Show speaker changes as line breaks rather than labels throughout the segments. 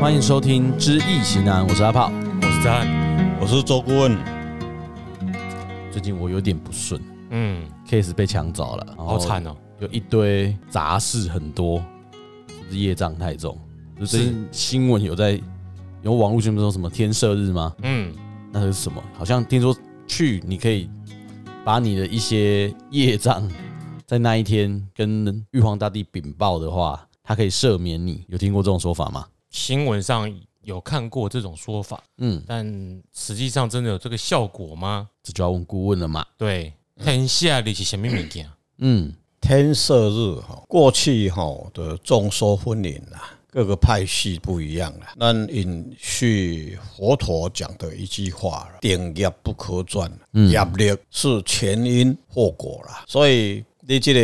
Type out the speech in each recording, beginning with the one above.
欢迎收听《知易行难》，我是阿炮。
我是赞，
我是周顾问，
最近我有点不顺
嗯，
，case 被抢走了，
好惨哦，
有一堆杂事很多，是不是业障太重？就最近新闻有在有网络新闻说什么天赦日吗？
嗯，
那是什么？好像听说去你可以把你的一些业障在那一天跟玉皇大帝禀报的话，他可以赦免你。有听过这种说法吗？
新闻上有看过这种说法，
嗯，
但实际上真的有这个效果吗？
这就要问顾问了嘛。
对，
嗯
天下的是什么物 件？
嗯，
天赦日哈，过去哈的众说纷纭啊，各个派系不一样啦。那引续佛陀讲的一句话啦：定业不可转，业力是前因后果啦。所以你这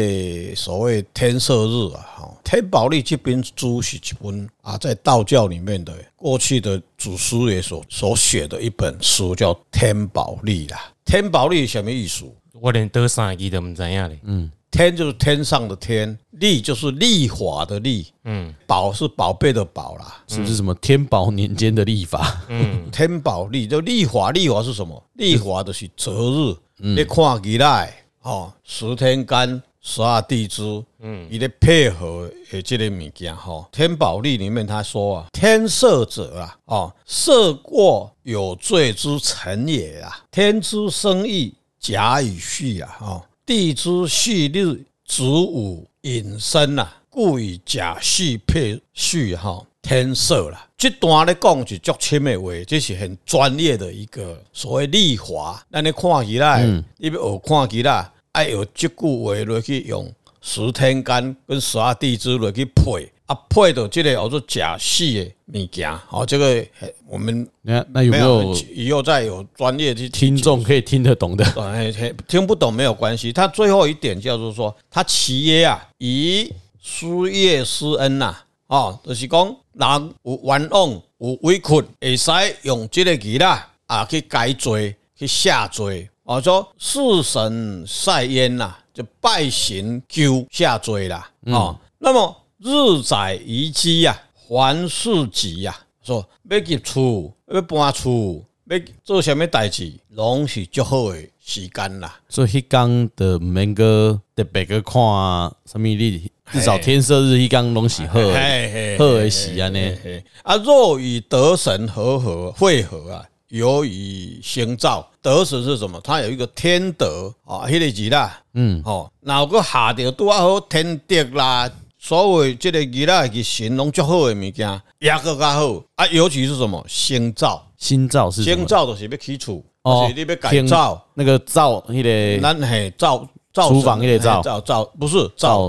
个所谓天赦日啊，哈，天宝历这本书是一本啊，在道教里面的过去的祖师爷所所写的一本书，叫《天宝历》啦。天宝历什么意思？
我连得三个字都不知影嘞。
嗯天就是天上的天，立就是立法的立，
嗯
宝是宝贝的宝啦。
是不是什么天宝年间的历法？
嗯，
天宝立就立法，立法是什么？立法就是择日，你看起来哦，十天干。十二地支，嗯，伊咧配合诶，这个物件吼，天宝历里面他说啊，天赦者啊，哦，赦过有罪之臣也啊，天之生义，甲以畜啊，哦，地之畜律，子午引申啊，故以甲畜配畜哈、天赦啦。这段咧讲是足深的话，这是很专业的一个所谓立法。咱咧看起来，
嗯
你要学看起来，爱有即句话落去用十天干跟十二地支落去配。啊，配到这个叫做甲畜的物件，好、这个呃我们
那那有没有
以后再有专业去
听众可以听得懂的？
哎，嘿听不懂没有关系。他最后一点叫做说，他其耶啊，以书业施恩呐、哦，就是讲人有冤枉有委屈，会使用这个字啦啊去改罪去下罪，哦，说事神赛焉呐、就拜神求下罪啦，哦，那么日载啊宜居呀、凡事吉呀、说要入厝，要搬厝，要做什么代志，拢是足好的时间啦。
所以迄天的免个特别个看啊什么日，至少天色日迄天拢是好的，
嘿
好的是安尼。
嘿啊，若与德神和合会合啊，由于行造。德神是什么？它有一个天德啊，迄、个字啦，嗯，哦，然后个下着拄啊好天德啦。所谓即个字啦，是神拢足好的物件，也个较好啊。尤其是什么星造，
新造是什么哦
先造就是要起厝，就是你要改
天
造，
那个造迄个
咱嘿造造
厨房那个造
嘿造造不是造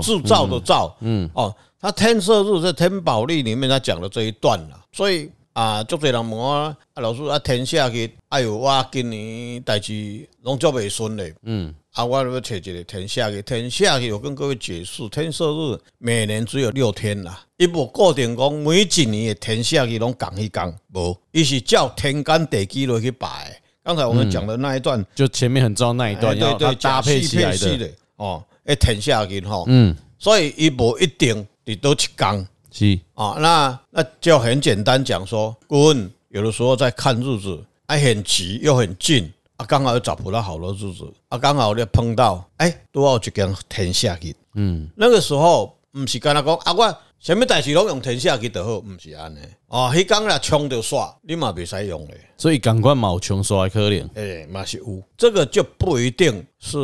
造
制造的造，嗯哦，他天赦日在天宝历里面他讲了这一段了，所以啊，足多人问我啊，老师啊，天下去，哎呦，我今年代志拢做袂顺嘞，嗯。啊，我要找一个天下去，天下去，我跟各位解释，天赦日每年只有六天啦，伊无固定讲每一年的天下去拢共一共，无，伊是照天干地支落去排的。刚才我
嗯
们讲的那一段，
就前面很重要那一
哎
段，
对
要
对
它搭配起来
假戏配戏
的。
的哦，会停下去吼，
嗯，
所以伊无一定伫倒一工
是
啊。那那就很简单讲说，顾问有的时候在看日子，啊很急又很近。啊，刚好又找不到好的日子，啊，刚好咧碰到，哎、拄好有一间停下去。嗯，那个时候毋是干那讲啊，我什么代志拢用停下去就好，毋是安尼。哦，迄工若冲着煞，你嘛袂使用咧。
所以赶快毛穷说还可怜，
诶、哎嘛是有，这个就不一定是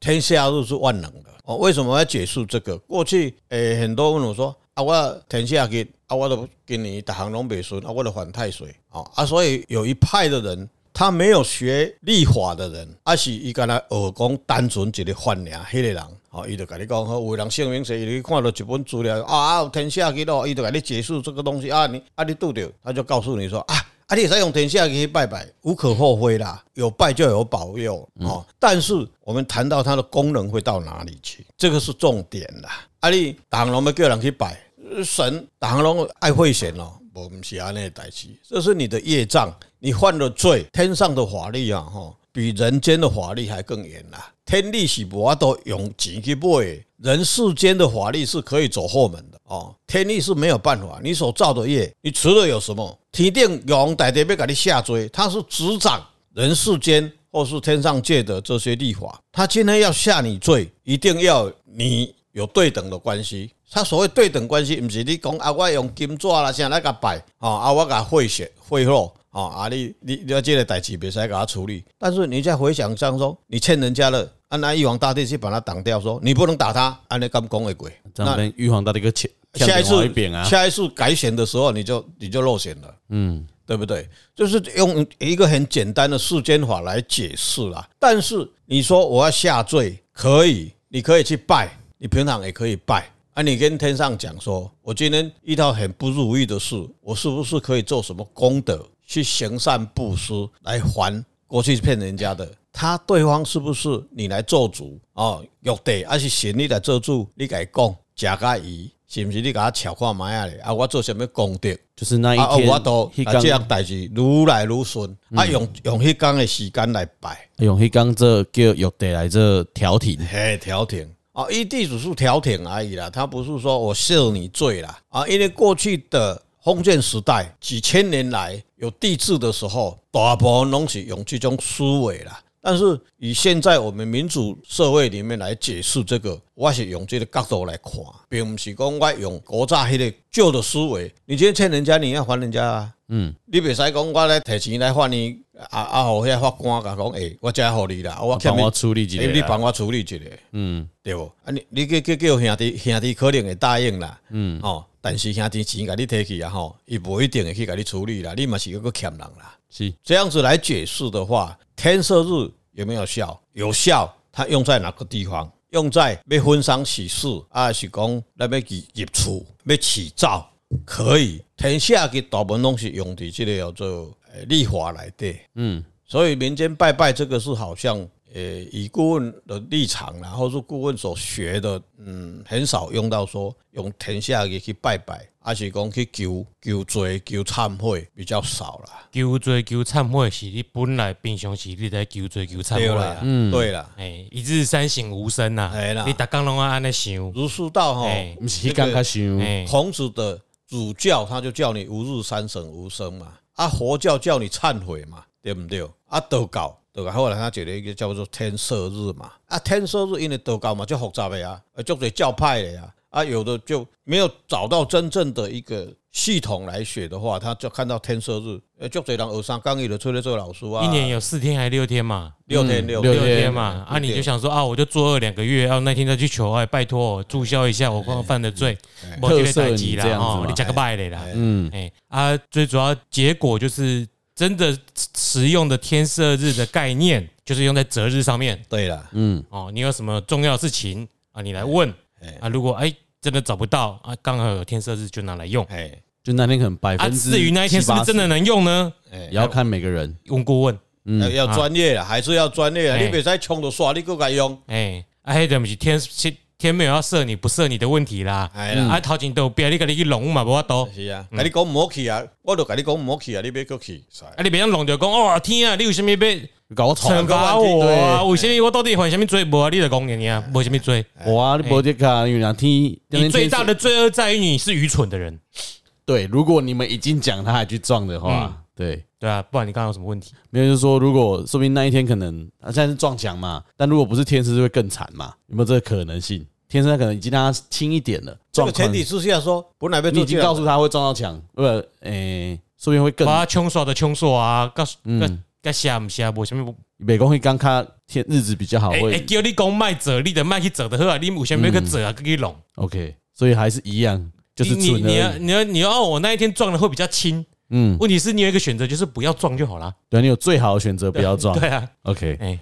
天下日是万能的哦。为什么要解释这个？过去诶、很多问我说啊，我天下日啊，我都今年打行拢北顺啊，我都反太岁哦啊，所以有一派的人。他没有学立法的人，啊是伊敢若学讲单纯一个犯人，迄个人，哦，伊就甲你讲，好，有的人姓名是伊去看到一本资料，啊啊，有天下日咯，伊就甲你解释这个东西啊，你啊你拄着，他就告诉你说啊，啊，你也使用天下去拜拜，无可厚非啦，有拜就有保佑哦。但是我们谈到它的功能会到哪里去，这个是重点啦。啊，你大龙要叫人去拜呃神，大龙爱会神哦，我们是安尼代志，这是你的业障，你犯了罪，天上的法律啊，吼、比人间的法律还更严啦、天理是无法度用钱去买的，人世间的法律是可以走后门的哦。天理是没有办法，你所造的业，你除了有什么天定用大地要给你下罪，他是执掌人世间或是天上界的这些立法，他今天要下你罪，一定要你有对等的关系。他所谓对等关系，毋是你讲啊，我用金纸啦，啥来甲拜吼啊，我甲贿选贿赂吼啊，你你你这个代志袂使甲他处理。但是你在回想当中，你欠人家了，啊，那玉皇大帝去把他挡掉说你不能打他，安尼敢讲会过？
这样
那
跟玉皇大帝个欠
下一次
一扁啊，
下一次改选的时候，你就你就落选了，嗯，对不对？就是用一个很简单的世间法来解释啦。但是你说我要下罪，可以，你可以去拜，你平常也可以拜。啊，你跟天上讲说，我今天遇到很不如意的事，我是不是可以做什么功德，去行善布施来还过去骗人家的？他对方是不是你来做主哦？玉帝还是神你来做主？你甲伊讲，食甲伊是毋是？你甲我瞧看卖啊咧？啊，我做什么功德？
就是那一
啊，啊
天，
我都
那
啊，
天
这样代志愈来愈顺，啊，用用迄工的时间来拜，
用迄工这叫玉帝来这调停，
嘿，调停。啊，依地主是调停而已啦，他不是说我赦你罪啦啊，因为过去的封建时代几千年来有帝制的时候，大部分拢是用这种思维啦。但是以现在我们民主社会里面来解释这个，我是用这个角度来看，并不是讲我用古早迄个旧的思维。你今天欠人家，你要还人家啊。你袂使讲我来提钱来还你，啊啊，互遐法官甲讲，诶、我才互你啦，啊我欠
帮
你
我处理一
欸你
下啦。啊
帮我处理一下，嗯，对无？啊，你你叫叫叫兄弟兄弟可能会答应啦，嗯，哦，但是兄弟钱甲你摕去啊，吼，伊无一定会去甲你处理啦，你嘛是个欠人啦。
是
这样子来解释的话，天赦日有没有效？有效，它用在哪个地方？用在要婚丧喜事，啊是讲咱要去入厝，要起灶，可以。天下嘅大部分拢是用伫即个叫做呃立法内底。所以民间拜拜这个是好像，呃，以顾问的立场啦，或是顾问所学的，嗯，很少用到说用天下去去拜拜，还是讲去求求罪、求忏悔比较少啦。
求罪求忏悔是你本来平常时你在求罪求忏
对
悔
啦
啊。，
嗯
对啦，
哎，一日三省吾身呐
哎啦，
你逐工拢要安尼想，
儒释道哈，
哎
毋是迄工较
嗯
想，
哎，
孔子的主教他就叫你吾日三省吾身嘛，啊，佛教叫你忏悔嘛，对不对？啊，道教，道教后来他觉得一个叫做天赦日嘛，啊，天赦日因为道教嘛就复杂的啊，啊，就得教派的呀、啊，啊，有的就没有找到真正的一个系统来学的话，他就看到天赦日，呃，就得人学三刚毅的出来做老师啊，
一年有四天还六天嘛，
六天六
六
六
天
天嘛，啊，
六
你
天
就想说啊，我就作恶两个月，哦然后那天再去求爱，拜托注销一下我刚刚犯的罪，
嗯哎
没这个代志
特赦你这
啦，
样子嘛
哦，你讲个拜的啦，
嗯，
哎啊，最主要结果就是真的实用的天赦日的概念，就是用在择日上面
对啦，
嗯
哦。你有什么重要的事情啊，你来问啊。如果哎真的找不到啊，刚好有天赦日就拿来用
哎
就那天可能百
啊。
分之
至于那一天是不是真的能用呢？
哎
也。要看每个人。
问顾问，
嗯
要要
啊
专业啊啦，还是要专业啦，
哎
你别再冲着刷，你够该用。
哎，啊，迄就不是天天天没有要射你不射你的问题啦。
哎啦
啊，头前都有别你跟你去弄嘛，无法度。
是啊，甲你讲唔好去啊，我都甲你讲唔好去啊，你别过去。
啊，你别样弄着讲哦，天啊，你有什么要
搞我
惩
惨，
罚我啊？有什么我到底犯什么罪？无啊，你就讲你啊，无什么罪。
我啊，你无得看，因为两天
你哎最大的罪恶在于你是愚蠢的人，
对。如果你们已经讲他还去撞的话，对，
对啊，不然你刚刚有什么问题？
没有就是说，如果说不定那一天可能他现在是撞墙嘛，但如果不是天师，就会更惨嘛，有没有这个可能性？天师他可能已经让他轻一点了，
这
撞
个前提
墙
之下说，本来要
你
做
已经
这样
告诉他会撞到墙，不，诶，说不定会更
把冲刷的冲刷啊，告诉告告下唔下，无什么。
美工会刚卡天日子比较好，
哎哎，
会
叫你讲卖折，你的卖去折的好啊，你有啥物个折啊？去弄，
OK，所以还是一样，就是
你
准
你要
的。
你要你要哦我那一天撞的会比较轻。
嗯，
问题是你有一个选择，就是不要撞就好啦。
对，你有最好的选择，不要撞。
对啊，
OK，
哎，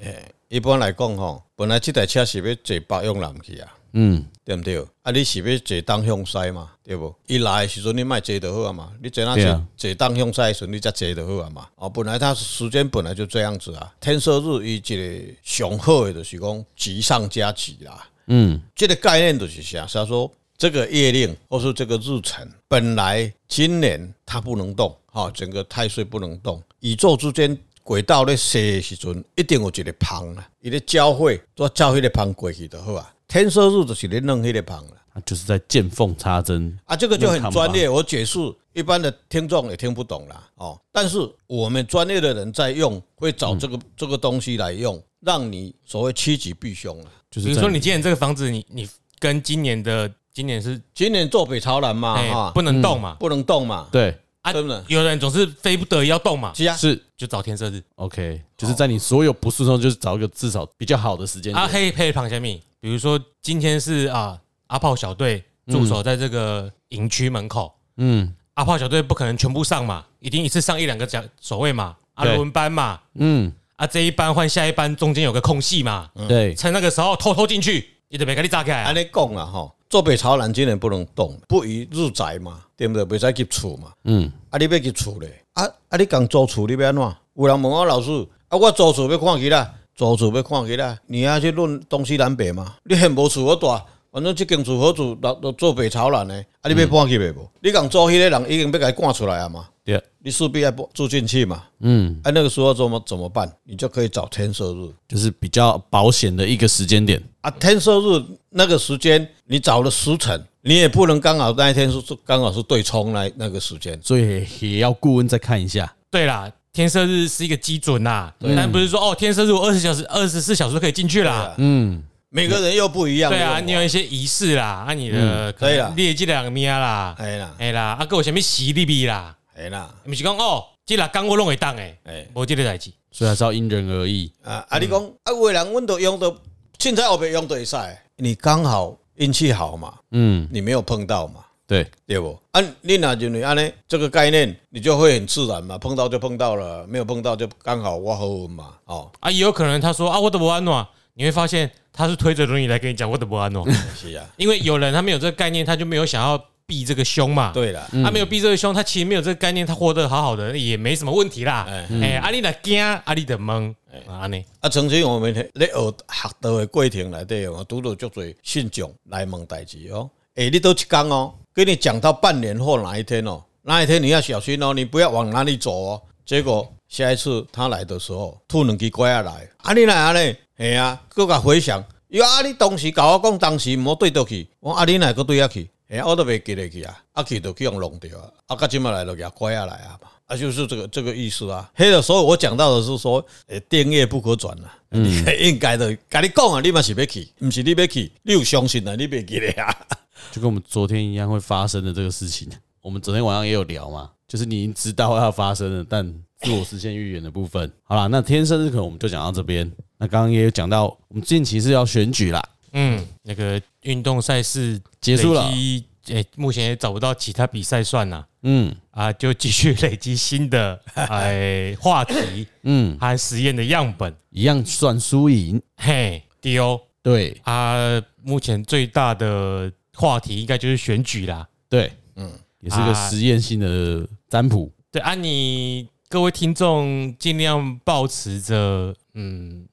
一般来讲吼，本来这台车是要坐北向南去啊，
嗯，
对不对？啊，你是要坐东向西嘛，对不？伊来的时阵你莫坐就好啊嘛，你坐那
对
坐
啊
坐东向西的时阵你才坐就好啊嘛。哦，本来它时间本来就这样子啊。天赦日伊一个上好的就是讲极上加极啦。
嗯，
这个概念就是啥？他说这个月令或是这个日程，本来今年它不能动，哈，整个太岁不能动，宇宙之间轨道咧踅的时阵，一定有一个旁啦，伊咧交汇，做照迄个旁过去就好啊。天赦日就是咧弄迄个旁啦。
它啊就是在见缝插针。
啊，这个就
那看
很
吧
专业，我解释一般的听众也听不懂啦。哦，但是我们专业的人在用，会找这个、
嗯
这个东西来用，让你所谓趋吉避凶啦。啊
就是
比如
在
说你今年这个房子，你你跟今年的今年是
今年坐北朝南嘛，
哎
啊哈、
不能
嗯
动嘛，
不能动嘛，
对
啊
对不对？
有人总是非不得已要动嘛，
是啊，
是
就找天赦日
OK，就是在你所有不顺中，就是找一个至少比较好的时间
啊，
点。
黑配旁下面，比如说今天是啊阿炮小队驻守在这个营区门口，
嗯
阿炮小队不可能全部上嘛，一定一次上一两个讲守卫嘛，啊
对
轮班嘛，
嗯，
啊这一班换下一班，中间有个空隙嘛，
对，
趁那个时候偷偷进去，你就别给你炸开
安
啊，
尼讲啦吼，坐北朝南今年不能动，不宜入宅嘛，对不对？袂使去厝嘛，
嗯，
啊，你要去厝咧，啊啊，你共租厝你要安怎？有人问我老师，啊，我租厝要看起啦，租厝要看起啦，你还去论东西南北嘛？你现无厝好住，反正即间厝好住，都都坐北朝南的，啊，你要搬去
嗯
袂无？你共租迄个人已经要甲伊赶出来啊嘛，
对，
你势必要搬住进去嘛，
嗯，
啊，那个时候怎么怎么办？你就可以找天赦日。
就是比较保险的一个时间点。
啊，天赦日那个时间，你找了时辰，你也不能刚好那一天是是刚好是对冲那那个时间。
所以也要顾问再看一下。
对啦。天赦日是一个基准呐，但不是说哦，天赦日我二十小时、二十四小时都可以进去啦。
嗯，
每个人又不一样。
对啊，
你
你
有
有一些仪式啦，啊，你的
可以啦
列这两个咪啦，
哎啦，
哎啦，啊，搁有啥物洗礼币啦，
哎啦，
毋是讲哦，这六工我拢会当诶，
哎
无这个代志，
所以还是要因人而异。
啊啊！你讲啊，有的人阮都用到，凊彩后边用到会使。你刚好运气好嘛，
嗯，
你没有碰到嘛，
对，
对不？啊，你哪就你安尼这个概念，你就会很自然嘛，碰到就碰到了，没有碰到就刚好我好运嘛，哦，
啊，也有可能他说啊，我都不安暖，你会发现他是推着轮椅来跟你讲我都不安 暖，
是啊，
因为有人他没有这个概念，他就没有想要避这个凶嘛，
对啦，
嗯
啊他没有避这个凶，他其实没有这个概念，他活得好好的也没什么问题啦，
哎
哎，
嗯
啊，你若惊，啊，你就懵，
哎
啊呢，
啊，曾经我们咧学学道的过程内底，哦我拄到足侪信众来问代志哦。诶、你都一讲哦，跟你讲到半年后哪一天哦，那一天你要小心哦，你不要往哪里走哦。结果下一次他来的时候，吐两支拐仔来，啊你来啊嘞，嘿啊，搁甲回想，伊讲啊你当时甲我讲，当时毋好对倒去，我讲啊你来搁对遐去，嘿啊我都袂记得去啊，啊去就去用弄掉啊，啊甲即麦来就举拐仔来啊嘛。啊，就是这个这个意思啊。黑的，所以我讲到的是说，诶、电业不可转啊。你应该的，甲你讲啊，你嘛是要去，毋是你要去，你有相信啊，你袂记得啊。
就跟我们昨天一样会发生的这个事情，我们昨天晚上也有聊嘛，就是你已经知道要发生了，但自我实现预言的部分。好啦，那天生日可能我们就讲到这边。那刚刚也有讲到，我们近期是要选举啦，
嗯，那个运动赛事
结束了
累积，哎，目前也找不到其他比赛算啦。
嗯
啊，就继续累积新 的哎话题
嗯，
和实验的样本。
一样算输赢，
嘿，丢
对
啊！目前最大的话题应该就是选举啦。
对，嗯，也是个
啊
实验性的占卜，
对啊，你各位听众尽量保持着，嗯，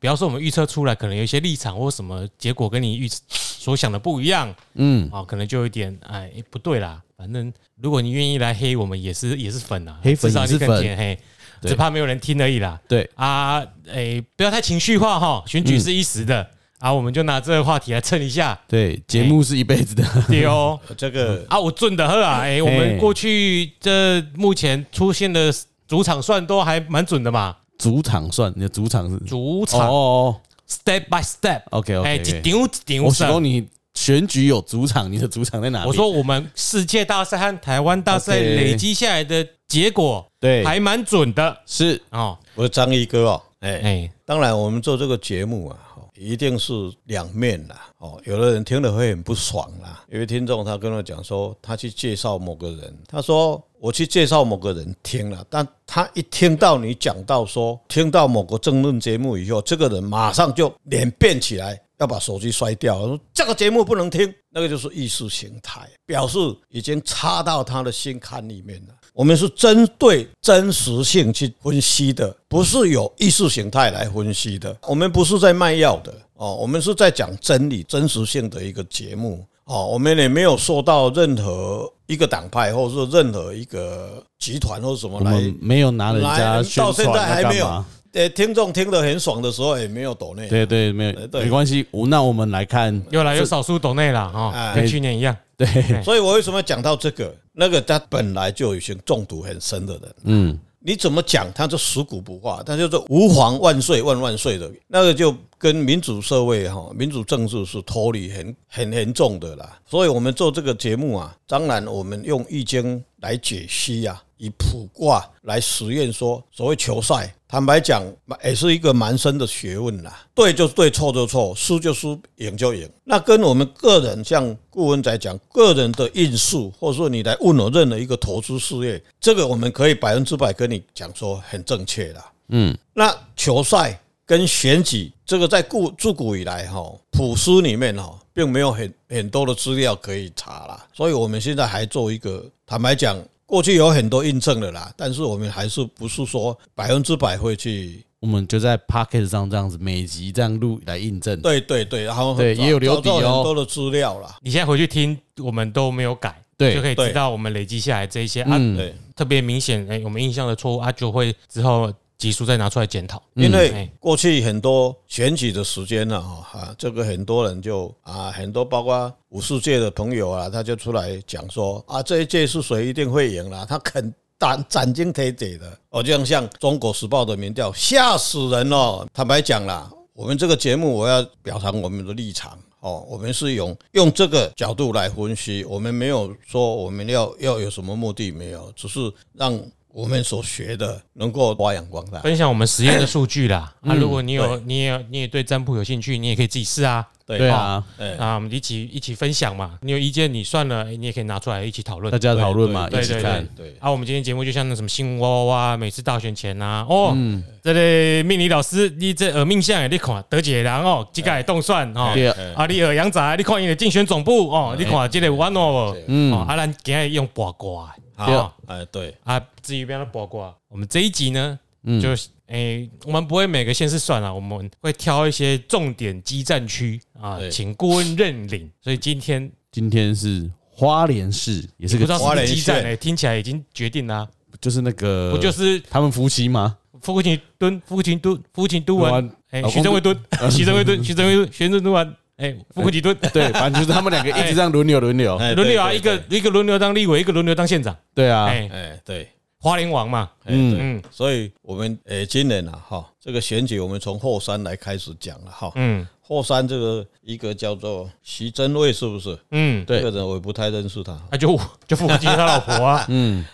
不要说我们预测出来可能有一些立场或什么结果跟你预所想的不一样
嗯，
啊，可能就有点哎不对啦。反正如果你愿意来黑我们，也是也是粉啊，
黑粉
至
也
少你
是
更
粉
甜嘿，
对
只怕没有人听而已啦。
对，
啊，诶、不要太情绪化哈，选
嗯
举是一时的、啊，我们就拿这个话题来蹭一下，
对，节目是一辈子的，
对哦。
这个
啊，我准的喝啊，诶、我们过去这目前出现的主场算都还蛮准的嘛，
主场算，你的主场是
主
哦
场、
哦
step by step，哎
，OK
诶、
OK，
一丢一丢
我想说
胜。
你选举有主场，你的主场在哪里？
啊我说我们世界大赛和台湾大赛
OK
累积下来的结果
对，
还蛮准的
是
哦，
我是张一哥哦，哎、
诶、
当然我们做这个节目啊，哦一定是两面啦。哦，有的人听了会很不爽啦。有位听众他跟我讲说，他去介绍某个人，他说我去介绍某个人听了，但他一听到你讲到说，听到某个政论节目以后，这个人马上就脸变起来。要把手机摔掉，说这个节目不能听，那个就是意识形态，表示已经插到他的心坎里面了。我们是针对真实性去分析的，不是有意识形态来分析的。我们不是在卖药的哦，我们是在讲真理、真实性的一个节目哦。我们也没有受到任何一个党派，或者说任何一个集团或什么
我
来，
们没有拿人家
来
宣
到现
传
在
要
还
干
没有
嘛。
呃，听众听得很爽的时候也没有抖内，
对对，没
呃
有
对
没关系。我那我们来看，
有啦，有少数懂内啦，哈，
哎
跟去年一样。
对，
所以我为什么讲到这个？那个他本来就已经中毒很深的人，啊
嗯，
你怎么讲他就死骨不化，他就是吾皇万岁万万岁的，那个就跟民主社会哈、民主政治是脱离很很严重的啦。所以我们做这个节目啊，当然我们用易经来解析啊，以卜卦来实验说所谓球赛。坦白讲，也是一个蛮深的学问啦。对就对，错就错，输就输，赢就赢。那跟我们个人，像顾问在讲个人的运数，或者说你来问我任何一个投资事业，这个我们可以百分之百跟你讲说很正确啦。嗯，那球赛跟选举，这个在古自古以来哈、普书里面哈、并没有很很多的资料可以查啦，所以我们现在还做一个，坦白讲。过去有很多印证的啦，但是我们还是不是说百分之百会去
我们就在 p o c k e t 上这样子，每集这样录来印证。
对对对，然后
对
找
也有留底哦
找到很多的资料啦。
你现在回去听，我们都没有改，
对
就可以
对
知道我们累积下来这一些啊，
嗯，
对，
特别明显，哎，我们印象的错误啊，就会之后集数再拿出来检讨。
因为
哎
过去很多选举的时间呢，哈，啊这个很多人就啊，很多包括武术界的朋友啊，他就出来讲说啊，这一届是谁一定会赢啦，他肯。斩斩钉截铁的哦，就像像《中国时报》的民调，吓死人了。坦白讲啦，我们这个节目我要表达我们的立场哦，我们是用用这个角度来分析，我们没有说我们要要有什么目的，没有，只是让我们所学的能够发扬光大。
分享我们实验的数据啦，
嗯
啊，如果你有，你也有你也对占卜有兴趣，你也可以自己试啊。
对
对啊，
哎，
啊，我们一起一起分享嘛。你有意见，你算了，哎你也可以拿出来一起讨论
大。家讨论嘛，
对
一
对
起
对
看。
对，
啊，我们今天节目就像那什么新闻哇哇哇，每次大选前呐、啊，哦，
嗯
这类命理老师，你这耳命相你看得解人哦，膝盖动算哦，
对
啊，你耳阳仔，你看伊的竞选总部哦，你看这个有安怎无？嗯，啊，咱今日用八卦的，
对
哦
哎，对，
啊，至于边的八卦，啊我们这一集呢，就诶、我们不会每个县市算了，我们会挑一些重点基站区啊，
对
请顾问认领。所以今天
今天是花莲市，也是
不
个
知道是不
花
是
莲
基站
县
诶、听起来已经决定啦、
就是那个，
不就是
他们夫妻吗？
父亲蹲，父亲蹲，父亲蹲完
完，
哎，
老公
徐正伟蹲，徐正伟蹲，徐正伟蹲，徐正伟蹲完，哎，父亲蹲，
对，反正就是他们 两个
哎
一直这样轮流轮流。
哎
轮流啊，
对
一个一个轮流当立委，一个轮流当县长，
对啊，
哎，
哎，对，
花莲王嘛，
嗯，
嗯
所以我们呃，今年啊，哈，这个选举我们从后山来开始讲了哈。
嗯
后山这个一个叫做徐真卫，是不是？
嗯，
对
这个人我也不太认识他。
那就就父亲他老婆啊，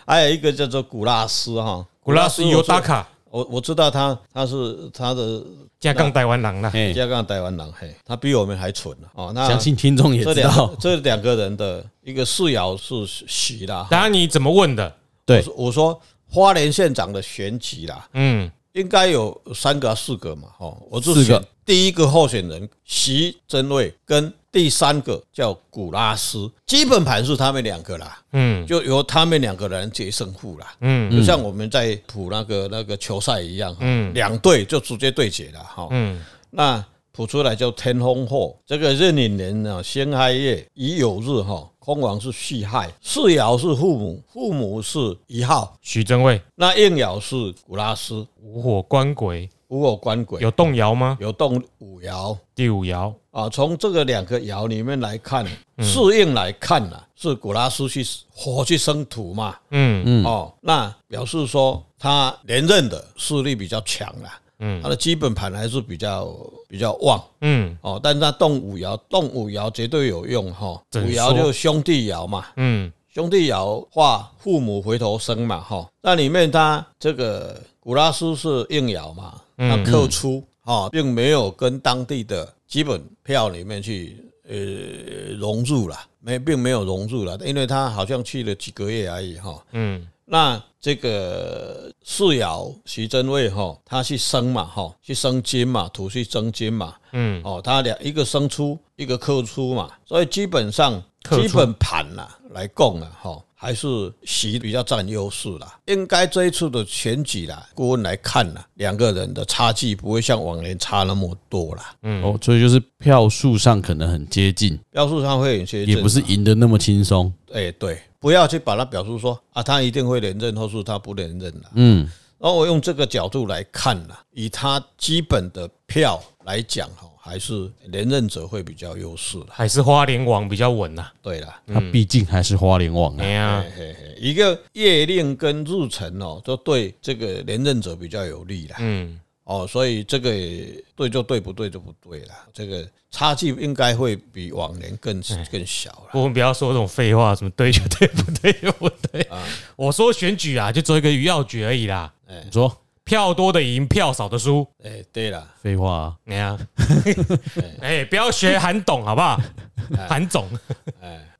还有一个叫做古拉斯哈，
古拉斯
我
尤
知
达，卡，
我我知道他，他是他的
加杠台湾人啦，
哎，
加杠台湾人，嘿，他比我们还蠢啊。哦，那
相信听众也
这
知
两
道
个，这两个人的一个世爻是徐啦。
当然你怎么问的，
对，
我说花莲县长的选举啦，
嗯，
应该有三个、四个嘛，哦，我就
四个
选第一个候选人徐真卫跟第三个叫古拉斯，基本盘是他们两个啦，
嗯
就由他们两个人决胜负啦。
嗯
就像我们在普那个那个球赛一样，哦
嗯
两队就直接对决了哈。
嗯，
那谱出来叫天风后，这个壬寅年呢，先亥夜乙酉日哈，空亡是戌亥，世爻是父母，父母是一号，
徐正伟
那应爻是古拉斯，
五火官鬼
无我官鬼
有动摇吗？
有动五爻
第五爻，
啊。从这个两个爻里面来看，
嗯
适应来看呢、是古拉斯去火去生土嘛，
嗯
哦，那表示说他连任的势力比较强啦，
嗯
他的基本盘还是比较比较旺。
嗯
哦，但是他动五爻，动五爻绝对有用哈。五
怎
爻
说
就是兄弟爻嘛，
嗯
兄弟爻化父母回头生嘛哈。那里面他这个古拉斯是应爻嘛，他
嗯
克出哈，并没有跟当地的基本票里面去呃融入啦，没并没有融入啦，因为他好像去了几个月而已哈。
嗯
那这个世爻徐真卫哈，他去生嘛哈，去生金嘛，土去生金嘛，
嗯，
哦，它两一个生出，一个克出嘛，所以基本上
克出
基本盘呐、来供啊，哈、还是习比较占优势啦。应该这一次的选举啦，顾问来看啦，两个人的差距不会像往年差那么多啦，
嗯
哦，所以就是票数上可能很接近，
标数上会有些
也不是赢得那么轻松。
哎、对。不要去把它表述说啊，他一定会连任，或是他不连任了。
嗯，
然后我用这个角度来看啦，以他基本的票来讲哈，还是连任者会比较优势啦。
还是花莲王比较稳呐、
对啦，
他啊毕竟还是花莲王啊
嗯哎，呀，
嘿嘿一个月令跟日程哦，都对这个连任者比较有利啦。
嗯，
哦，所以这个也对就对，不对就不对啦。这个差距应该会比往年更更小了。
我们不要说这种废话，什么对就 对，不对就不对。我说选举啊，就做一个鱼要决而已啦，
你说
票多的赢，票少的输。
哎、对啦，
废话啊，
哎 呀，哎，不要学韩董好不好？韩总，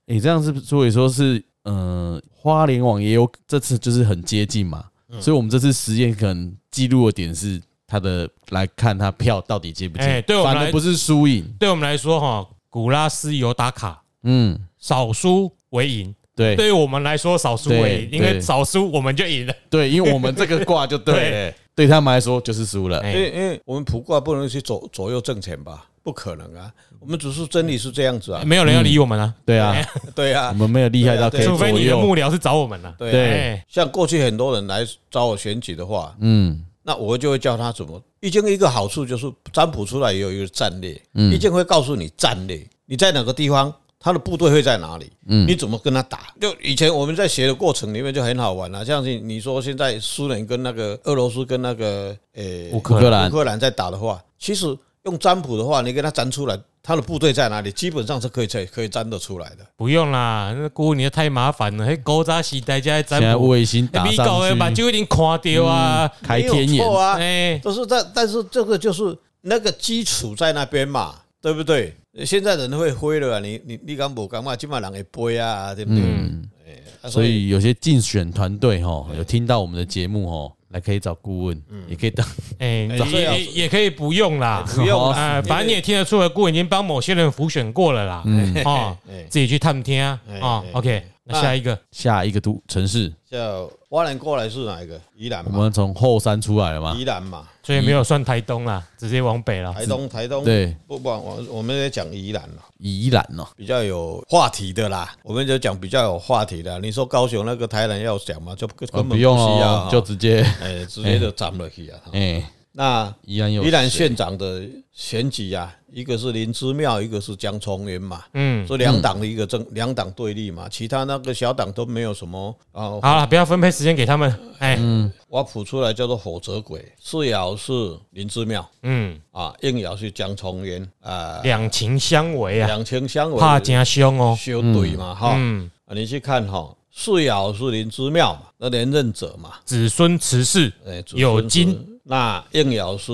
你这样是不是所以说是，呃，花莲网也有这次就是很接近嘛，
嗯
所以我们这次实验可能记录的点是他的来看他票到底接不接，
哎对我们
反
来
而不是输赢，
对我们来说哈，古拉斯有打卡，
嗯，
少输为赢。
对
对于我们来说，少输为
对
赢，因为
对
少输我们就赢了。
对，因为我们这个卦就对了，对他们来说就是输了，
哎
因为因为我们卜卦不能去左左右挣钱吧？不可能啊，我们只是真理是这样子啊。
没有人要理我们啊，
对啊，
对
我
啊，
们没有厉害到可以
除
左
非你的
右，
幕僚是找我们啊。
对啊
对
哎
像过去很多人来找我选举的话，
嗯，
那我就会教他怎么。易经一个好处就是占卜出来也有一个战略，
嗯
易经会告诉你战略，你在哪个地方，他的部队会在哪里，
嗯
你怎么跟他打。就以前我们在学的过程里面就很好玩啊，像是你说现在苏联跟那个俄罗斯跟那个呃
乌
乌克兰
乌，克兰在打的话，其实用占卜的话，你给他占出来，他的部队在哪里，基本上是可以可以可以占得出来的。
不用啦，那姑你太麻烦了，嘿，狗杂时代家占
现在
卜，
卫星打
你搞的把
上去，
就已经看掉啊，
开天
没有
眼，
错啊，
哎，
但是但但是这个就是那个基础在那边嘛，对不对？现在人会灰了啊，你你你敢不敢嘛？今晚人会背啊，对不对？
嗯，
啊
所以有些竞选团队哈，有听到我们的节目哦，来可以找顾问，
嗯
也可以当
哎，
哎
也
这样
也也可以不用啦，
不用啊
啊，反正你也听得出来，顾已经帮某些人浮选过了啦，哦
哎，
自己去探听啊
哎，
哦
哎
，OK，那
那
下一个
下一个都城市，
叫花莲过来是哪一个？宜兰
我
嘛，
们啊从后山出来了嘛，
宜兰嘛，
所以没有算台东啦，直接往北啦，
台东台东
对，
不不，我我们在讲宜兰了，
宜兰哦，
比较有话题的啦，我们就讲比较有话题的。你说高雄那个台南要讲吗？就根
呃
本
不
需
用
要
哦
哈，，
就直接
哎直接就斩了去啊。哈
哎，
那
宜兰有
宜兰
谁
县长的选举啊，一个是林之妙，一个是江聪渊嘛，
嗯，
这两党的一个政两党对立嘛，其他那个小党都没有什么啊。
好了，不要分配时间给他们，哎，
我谱出来叫做火折鬼，四爻是林之妙
嗯，
啊，应爻是江聪渊啊，
两情相违啊，
两情相
怕
违，
真凶哦，
修对嘛哈。
嗯，
啊你去看哈，四爻是林之妙嘛，那连任者嘛，
子孙慈氏，
哎，祖
有
孙
金
是，那应爻是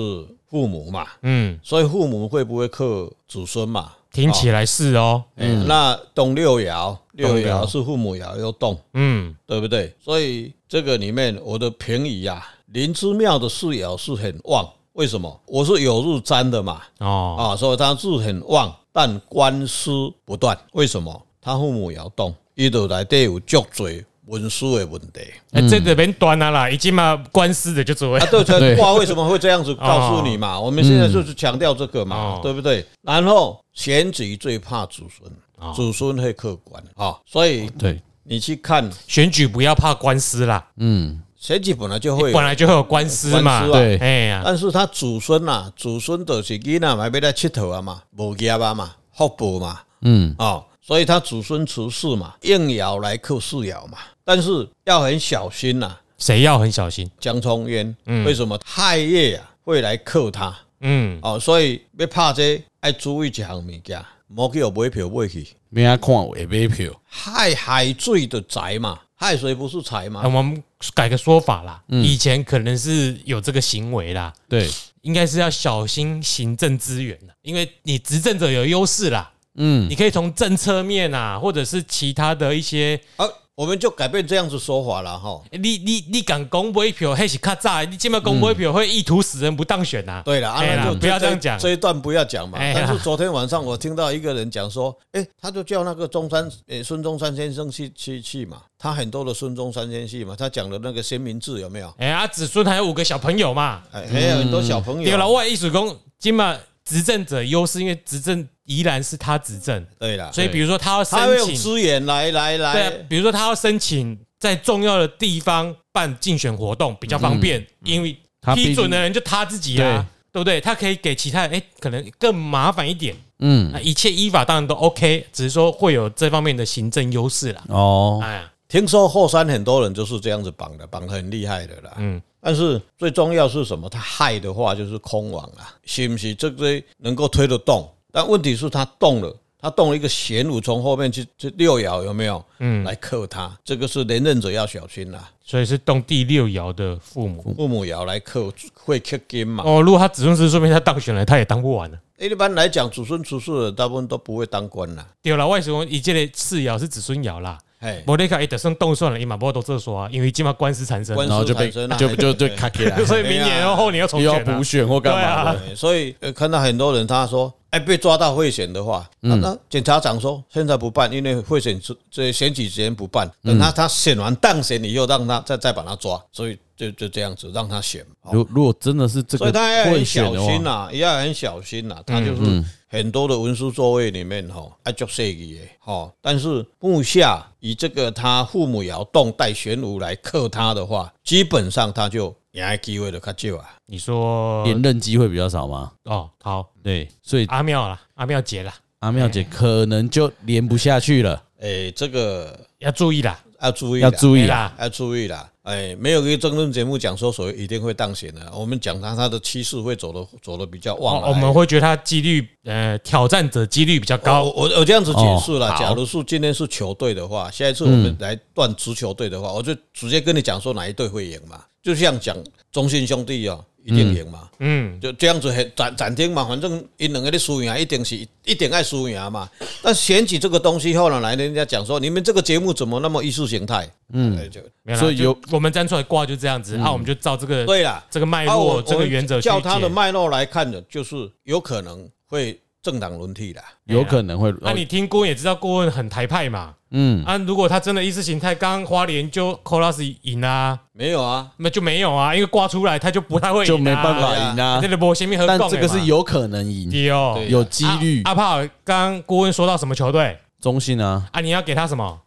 父母嘛，
嗯，
所以父母会不会克子孙嘛？
听起来是哦，
嗯，那动六爻，六
动爻
爻是父母爻要动，
嗯，
对不对？所以这个里面我的评语呀、林之妙的四爻是很旺，为什么？我是有日占的嘛，
哦，
啊，所以他日很旺，但官司不断，为什么？他父母爻动，伊就来底有足侪文书的问题。
哎，这个免端啊啦，已经嘛官司的就做
啊，
位，
对
对
对，卦为什么会这样子告诉你嘛？我们现在就是强调这个嘛，
哦
对不对？然后选举最怕子孙，子孙会客观啊、所以
对，
你去看
选举不要怕官司啦，
嗯，
选举本来就会有
本，来就会有官司嘛，
官司啊
对
哎呀，
但是他子孙呐，子孙就是囡仔嘛，要来佚佗啊嘛，无业啊嘛，福报嘛，
嗯，
哦，所以他子孙出世嘛，应爻来克四爻嘛，但是要很小心呐、啊
谁要很小心，
江聪渊，为什么亥月啊会来克他？
嗯，
哦，所以要拍这爱注意一项物件，莫去有买票买去。
没人看我也买票，
害海水的财嘛，害水不是财嘛
那？我们改个说法啦，
嗯
以前可能是有这个行为啦，
对，
应该是要小心行政资源啦，因为你执政者有优势啦，
嗯，
你可以从政策面啊，或者是其他的一些，
啊，我们就改变这样子说法了哈。
你你你敢公买票，还是卡炸，你今麦公买票会意图使人不当选呐、啊？
嗯对了，啊，
哎
那
啦
就
不要这样讲
这一段不要讲嘛。
哎呀
但是昨天晚上我听到一个人讲说，哎，他就叫那个中山，呃，孙中山先生去去去嘛，他很多的孙中山先生嘛，他讲的那个先民制有没有？
哎、啊，子孙还有五个小朋友嘛，
哎，还有很多小朋
对了，
友，
我艺术工今麦执政者优势，因为执政依然是他执政，
对啦，
所以比如说他要
他会
申
用
请，
资源来来
对啊
来，，
比如说他要申请在重要的地方办竞选活动比较方
嗯
便，因为
他毕
批
竟
准的人就他自己啊，对不对？他可以给其他人，哎，可能更麻烦一点。啊
嗯，
那一切依法当然都 OK，只是说会有这方面的行政优势啦。
啊
哦，
哎呀，
听说后山很多人就是这样子绑的，绑得很厉害的啦。
嗯
嗯，但是最重要是什么？他害的话就是空网啊，是不是这个能够推得动？但问题是，他动了，他动了一个玄武，从后面去去六爻有没有？嗯，来克他，这个是连任者要小心啦。
所以是动第六爻的父母。
父母爻来克会克金嘛？
哦，如果他子孙是说明他当选了，他也当不完了。
一般来讲，祖孙出世的大部分都不会当官啦。
对了，为什么以这个四爻是子孙爻啦？
哎，
莫雷卡也得算动算了，伊嘛不都这说啊，因为今嘛官司缠身，
官
然后就被
产生啊
就就 就卡起来，
所以明年然后你要重
又要
选啊
补。选或干嘛的，
对所以呃看到很多人他说，哎，被抓到贿选的话，
嗯
那那检察长说现在不办，因为贿选这这选举前不办，
嗯
等他他选完当选以后，让他再再把他抓，所以就就这样子让他选。哦
如如果真的是这
所以
个
他要很
会选哦嗯
小
的
心啊
话，
呐、也要很小心呐、他就是很多的文书作位里面哈，爱做设计的哈。但是目下以这个他父母摇动带玄武来克他的话，基本上他就赢的机会就较少啊。
你说
连任机会比较少嘛，
哦，好，
对，所以
阿妙啦，阿妙姐啦，
阿妙
哎
姐可能就连不下去了，
诶、这个
要注意啦，
要注意啦，哎
要注
对
意啊，
啦，
要注意啦！哎，没有一个争论节目讲说所谓一定会当选的，我们讲他他的趋势会走的走的比较旺哎
哦
来。
我们会觉得他几率呃挑战者几率比较
我
高，
我我这样子解释
哦
了，
好
假如是今天是球队的话，下一次我
嗯
们来断足球队的话，我就直接跟你讲说哪一队会赢嘛，就像讲中信兄弟哦，一定赢嘛，
嗯，
就这样子很斩斩钉嘛，反正因两个的输赢一定是一定爱输赢啊嘛。但选举这个东西后来人家讲说，你们这个节目怎么那么意识形态？嗯，就
没有啦
所以
就
有
我们站出来挂就这样子，啊，我们就照这个
对啦。
这个脉
啊我
哎络、这个
我们
原则去
叫它的
解
脉络来看的，就是有可能会政党轮替的。
有可能会，
那、你听顾问也知道，顾问很台派嘛。
嗯，
啊，如果他真的意识形态，刚刚花莲就 c o l a s 赢啦，
没有啊，
那就没有啊，因为刮出来他就不太会、
就没办法赢
啊。
啊
这，个波先面和
但这个是有可能赢，
的哦，
对
有几率
阿、，阿炮，刚刚顾问说到什么球队
中信啊，
啊？你要给他什么？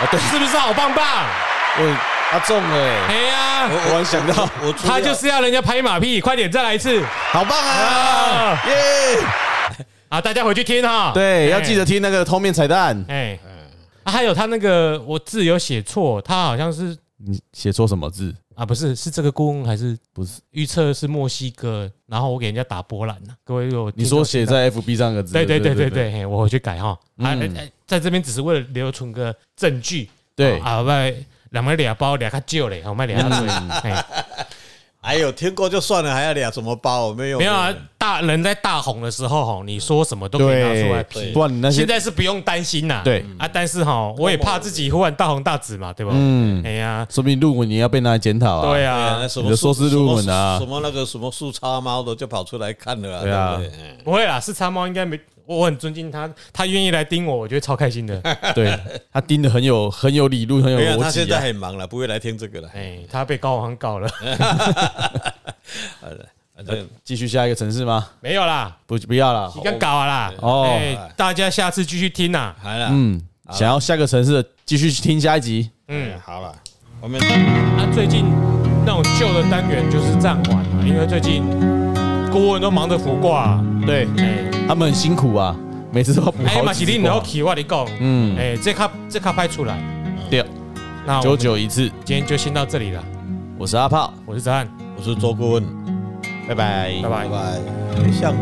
啊对，
是不是好棒棒？
我他中了欸，
哎呀、
我
我想到
我主
他
要
就是要人家拍马屁，快点再来一次
好棒啊，
啊！
耶！
啊，大家回去听哈。
对，要
哎
记得听那个后面彩蛋。
哎、啊还有他那个我字有写错，他好像是
你写错什么字？
啊，不是，是这个顾问还是
不是？
预测是墨西哥？然后我给人家打波兰呢、各位有
你
听到
说写在 FB 上的字？
对对对对对，嘿我回去改哈。啊，
嗯
哎哎在这边只是为了留存个证据。
对嗯
啊，卖两卖俩包俩卡旧嘞，我卖俩水。 嘿
哎呦，听过就算了，还要俩什么包？没有
没有啊，大人在大红的时候吼，你说什么都可以拿出来
对，
批
不。然你那些
现在是不用担心呐，
对
啊，但是哈，我也怕自己忽然大红大紫嘛，对吧？
嗯
哎呀，
说不定论文你要被拿来检讨啊。
对
对啊
啊
那，什
你
么
的硕士
树
论文啊
什么什么那个什么树叉猫的就跑出来看了啊，
对啊
对不对？嗯
不会啦，是叉猫应该没，我很尊敬他，他愿意来盯我，我觉得超开心 的。
对，他盯的很有很有理论，很有
没有，他
逻
现
辑
在
啊。
很忙了，不会来听这个了。
哎，他被高行 告了，
反正
继续下一个城市吗？
没有啦，
不不要了
你。刚搞啊啦，
哦
哎，大家下次继续听啊呐，
好了，
嗯，想要下个城市的继续听下一集。
嗯
嗯，，好了，我们
啊，最近那种旧的单元就是暂缓了，因为最近顾问都忙着卜卦，
对
哎，
他们很辛苦啊，每次都要补
哎
好
嘛
几
是
次
你
卦
老起我跟你讲，
嗯，
哎，这卡这卡拍出来，
对，
那我
九
们
九一次。
今天就先到这里了，
我是阿炮，
我是子翰，
我是周顾问，
拜拜
拜。拜
哎拜。拜。像